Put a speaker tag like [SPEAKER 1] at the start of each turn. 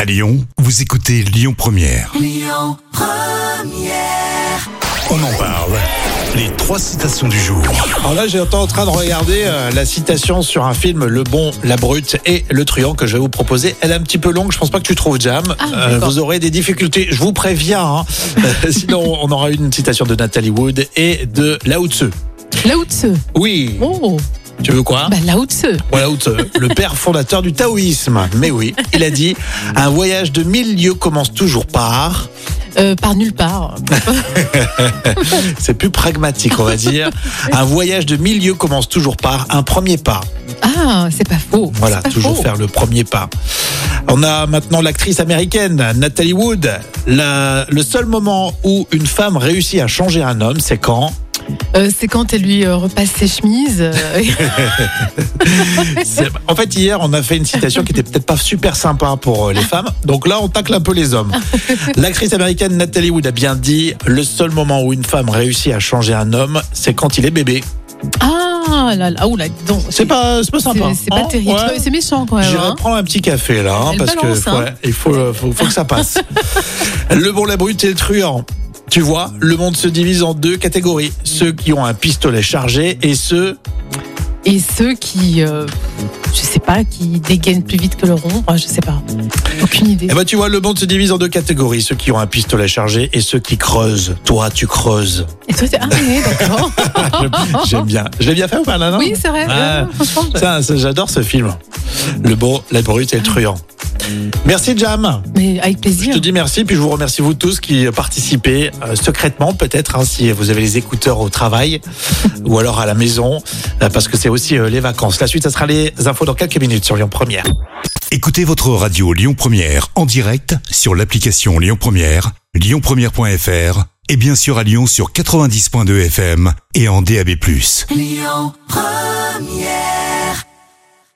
[SPEAKER 1] À Lyon, vous écoutez Lyon Première. On en parle. Les trois citations du jour.
[SPEAKER 2] Alors là, j'étais en train de regarder euh, la citation sur un film Le Bon, la Brute et le Truand que je vais vous proposer. Elle est un petit peu longue, je pense pas que tu trouves Jam. Euh, vous aurez des difficultés, je vous préviens. hein. Euh, Sinon, on aura une citation de Nathalie Wood et de Lao Tzu.
[SPEAKER 3] Lao Tse.
[SPEAKER 2] Oui,
[SPEAKER 3] Oh,
[SPEAKER 2] tu veux quoi
[SPEAKER 3] bah Lao Tse.
[SPEAKER 2] Ouais, Lao Tzu, le père fondateur du taoïsme. Mais oui, il a dit Un voyage de mille lieues commence toujours par.
[SPEAKER 3] Euh, par nulle part.
[SPEAKER 2] C'est plus pragmatique, on va dire. Un voyage de mille lieues commence toujours par un premier pas.
[SPEAKER 3] Ah, c'est pas faux.
[SPEAKER 2] Voilà,
[SPEAKER 3] C'est pas
[SPEAKER 2] toujours
[SPEAKER 3] faux.
[SPEAKER 2] faire le premier pas. On a maintenant l'actrice américaine Natalie Wood. La- le seul moment où une femme réussit à changer un homme, c'est quand
[SPEAKER 3] Euh, c'est quand elle lui euh, repasse ses chemises. euh, et-
[SPEAKER 2] C'est- En fait, hier, on a fait une citation qui était peut-être pas super sympa pour euh, les femmes. Donc là, on tacle un peu les hommes. L'actrice américaine Natalie Wood a bien dit le seul moment où une femme réussit à changer un homme, c'est quand il est bébé.
[SPEAKER 3] ah là là, oula, dis donc.
[SPEAKER 2] C'est pas, c'est pas sympa.
[SPEAKER 3] C'est c'est pas
[SPEAKER 2] hein
[SPEAKER 3] terrible.
[SPEAKER 2] Ouais.
[SPEAKER 3] C'est méchant quand même.
[SPEAKER 2] J'irai
[SPEAKER 3] hein.
[SPEAKER 2] prendre un petit café là, hein,
[SPEAKER 3] Elle
[SPEAKER 2] parce
[SPEAKER 3] balance,
[SPEAKER 2] que
[SPEAKER 3] hein.
[SPEAKER 2] ouais, il faut, euh, faut, faut que ça passe. le bon, la brute et le truand. Tu vois, le monde se divise en deux catégories ceux qui ont un pistolet chargé et ceux.
[SPEAKER 3] Et ceux qui, euh, je sais pas, qui dégainent plus vite que leur ombre, je sais pas. Aucune idée.
[SPEAKER 2] Eh ben, tu vois, le monde se divise en deux catégories ceux qui ont un pistolet chargé et ceux qui creusent. Toi, tu creuses.
[SPEAKER 3] Et toi, t'es ah, oui, d'accord.
[SPEAKER 2] J'aime bien. Je l'ai bien fait ou pas là, non
[SPEAKER 3] Oui, c'est vrai.
[SPEAKER 2] Ah.
[SPEAKER 3] ouais, franchement, bah. je-
[SPEAKER 2] Ça, ça, J'adore ce film. Le bon, la brute et le truand. Merci, Jam.
[SPEAKER 3] Mais avec
[SPEAKER 2] Je
[SPEAKER 3] plaisir.
[SPEAKER 2] te dis merci, puis je vous remercie vous tous qui participez euh, secrètement peut-être, hein, si vous avez les écouteurs au travail ou alors à la maison, euh, parce que c'est aussi euh, les vacances. La suite, ça sera les infos dans quelques minutes sur Lyon Première.
[SPEAKER 1] Écoutez votre radio Lyon Première en direct sur l'application Lyon Première, lyonpremière.fr et bien sûr à Lyon sur 90.2 FM et en DAB+.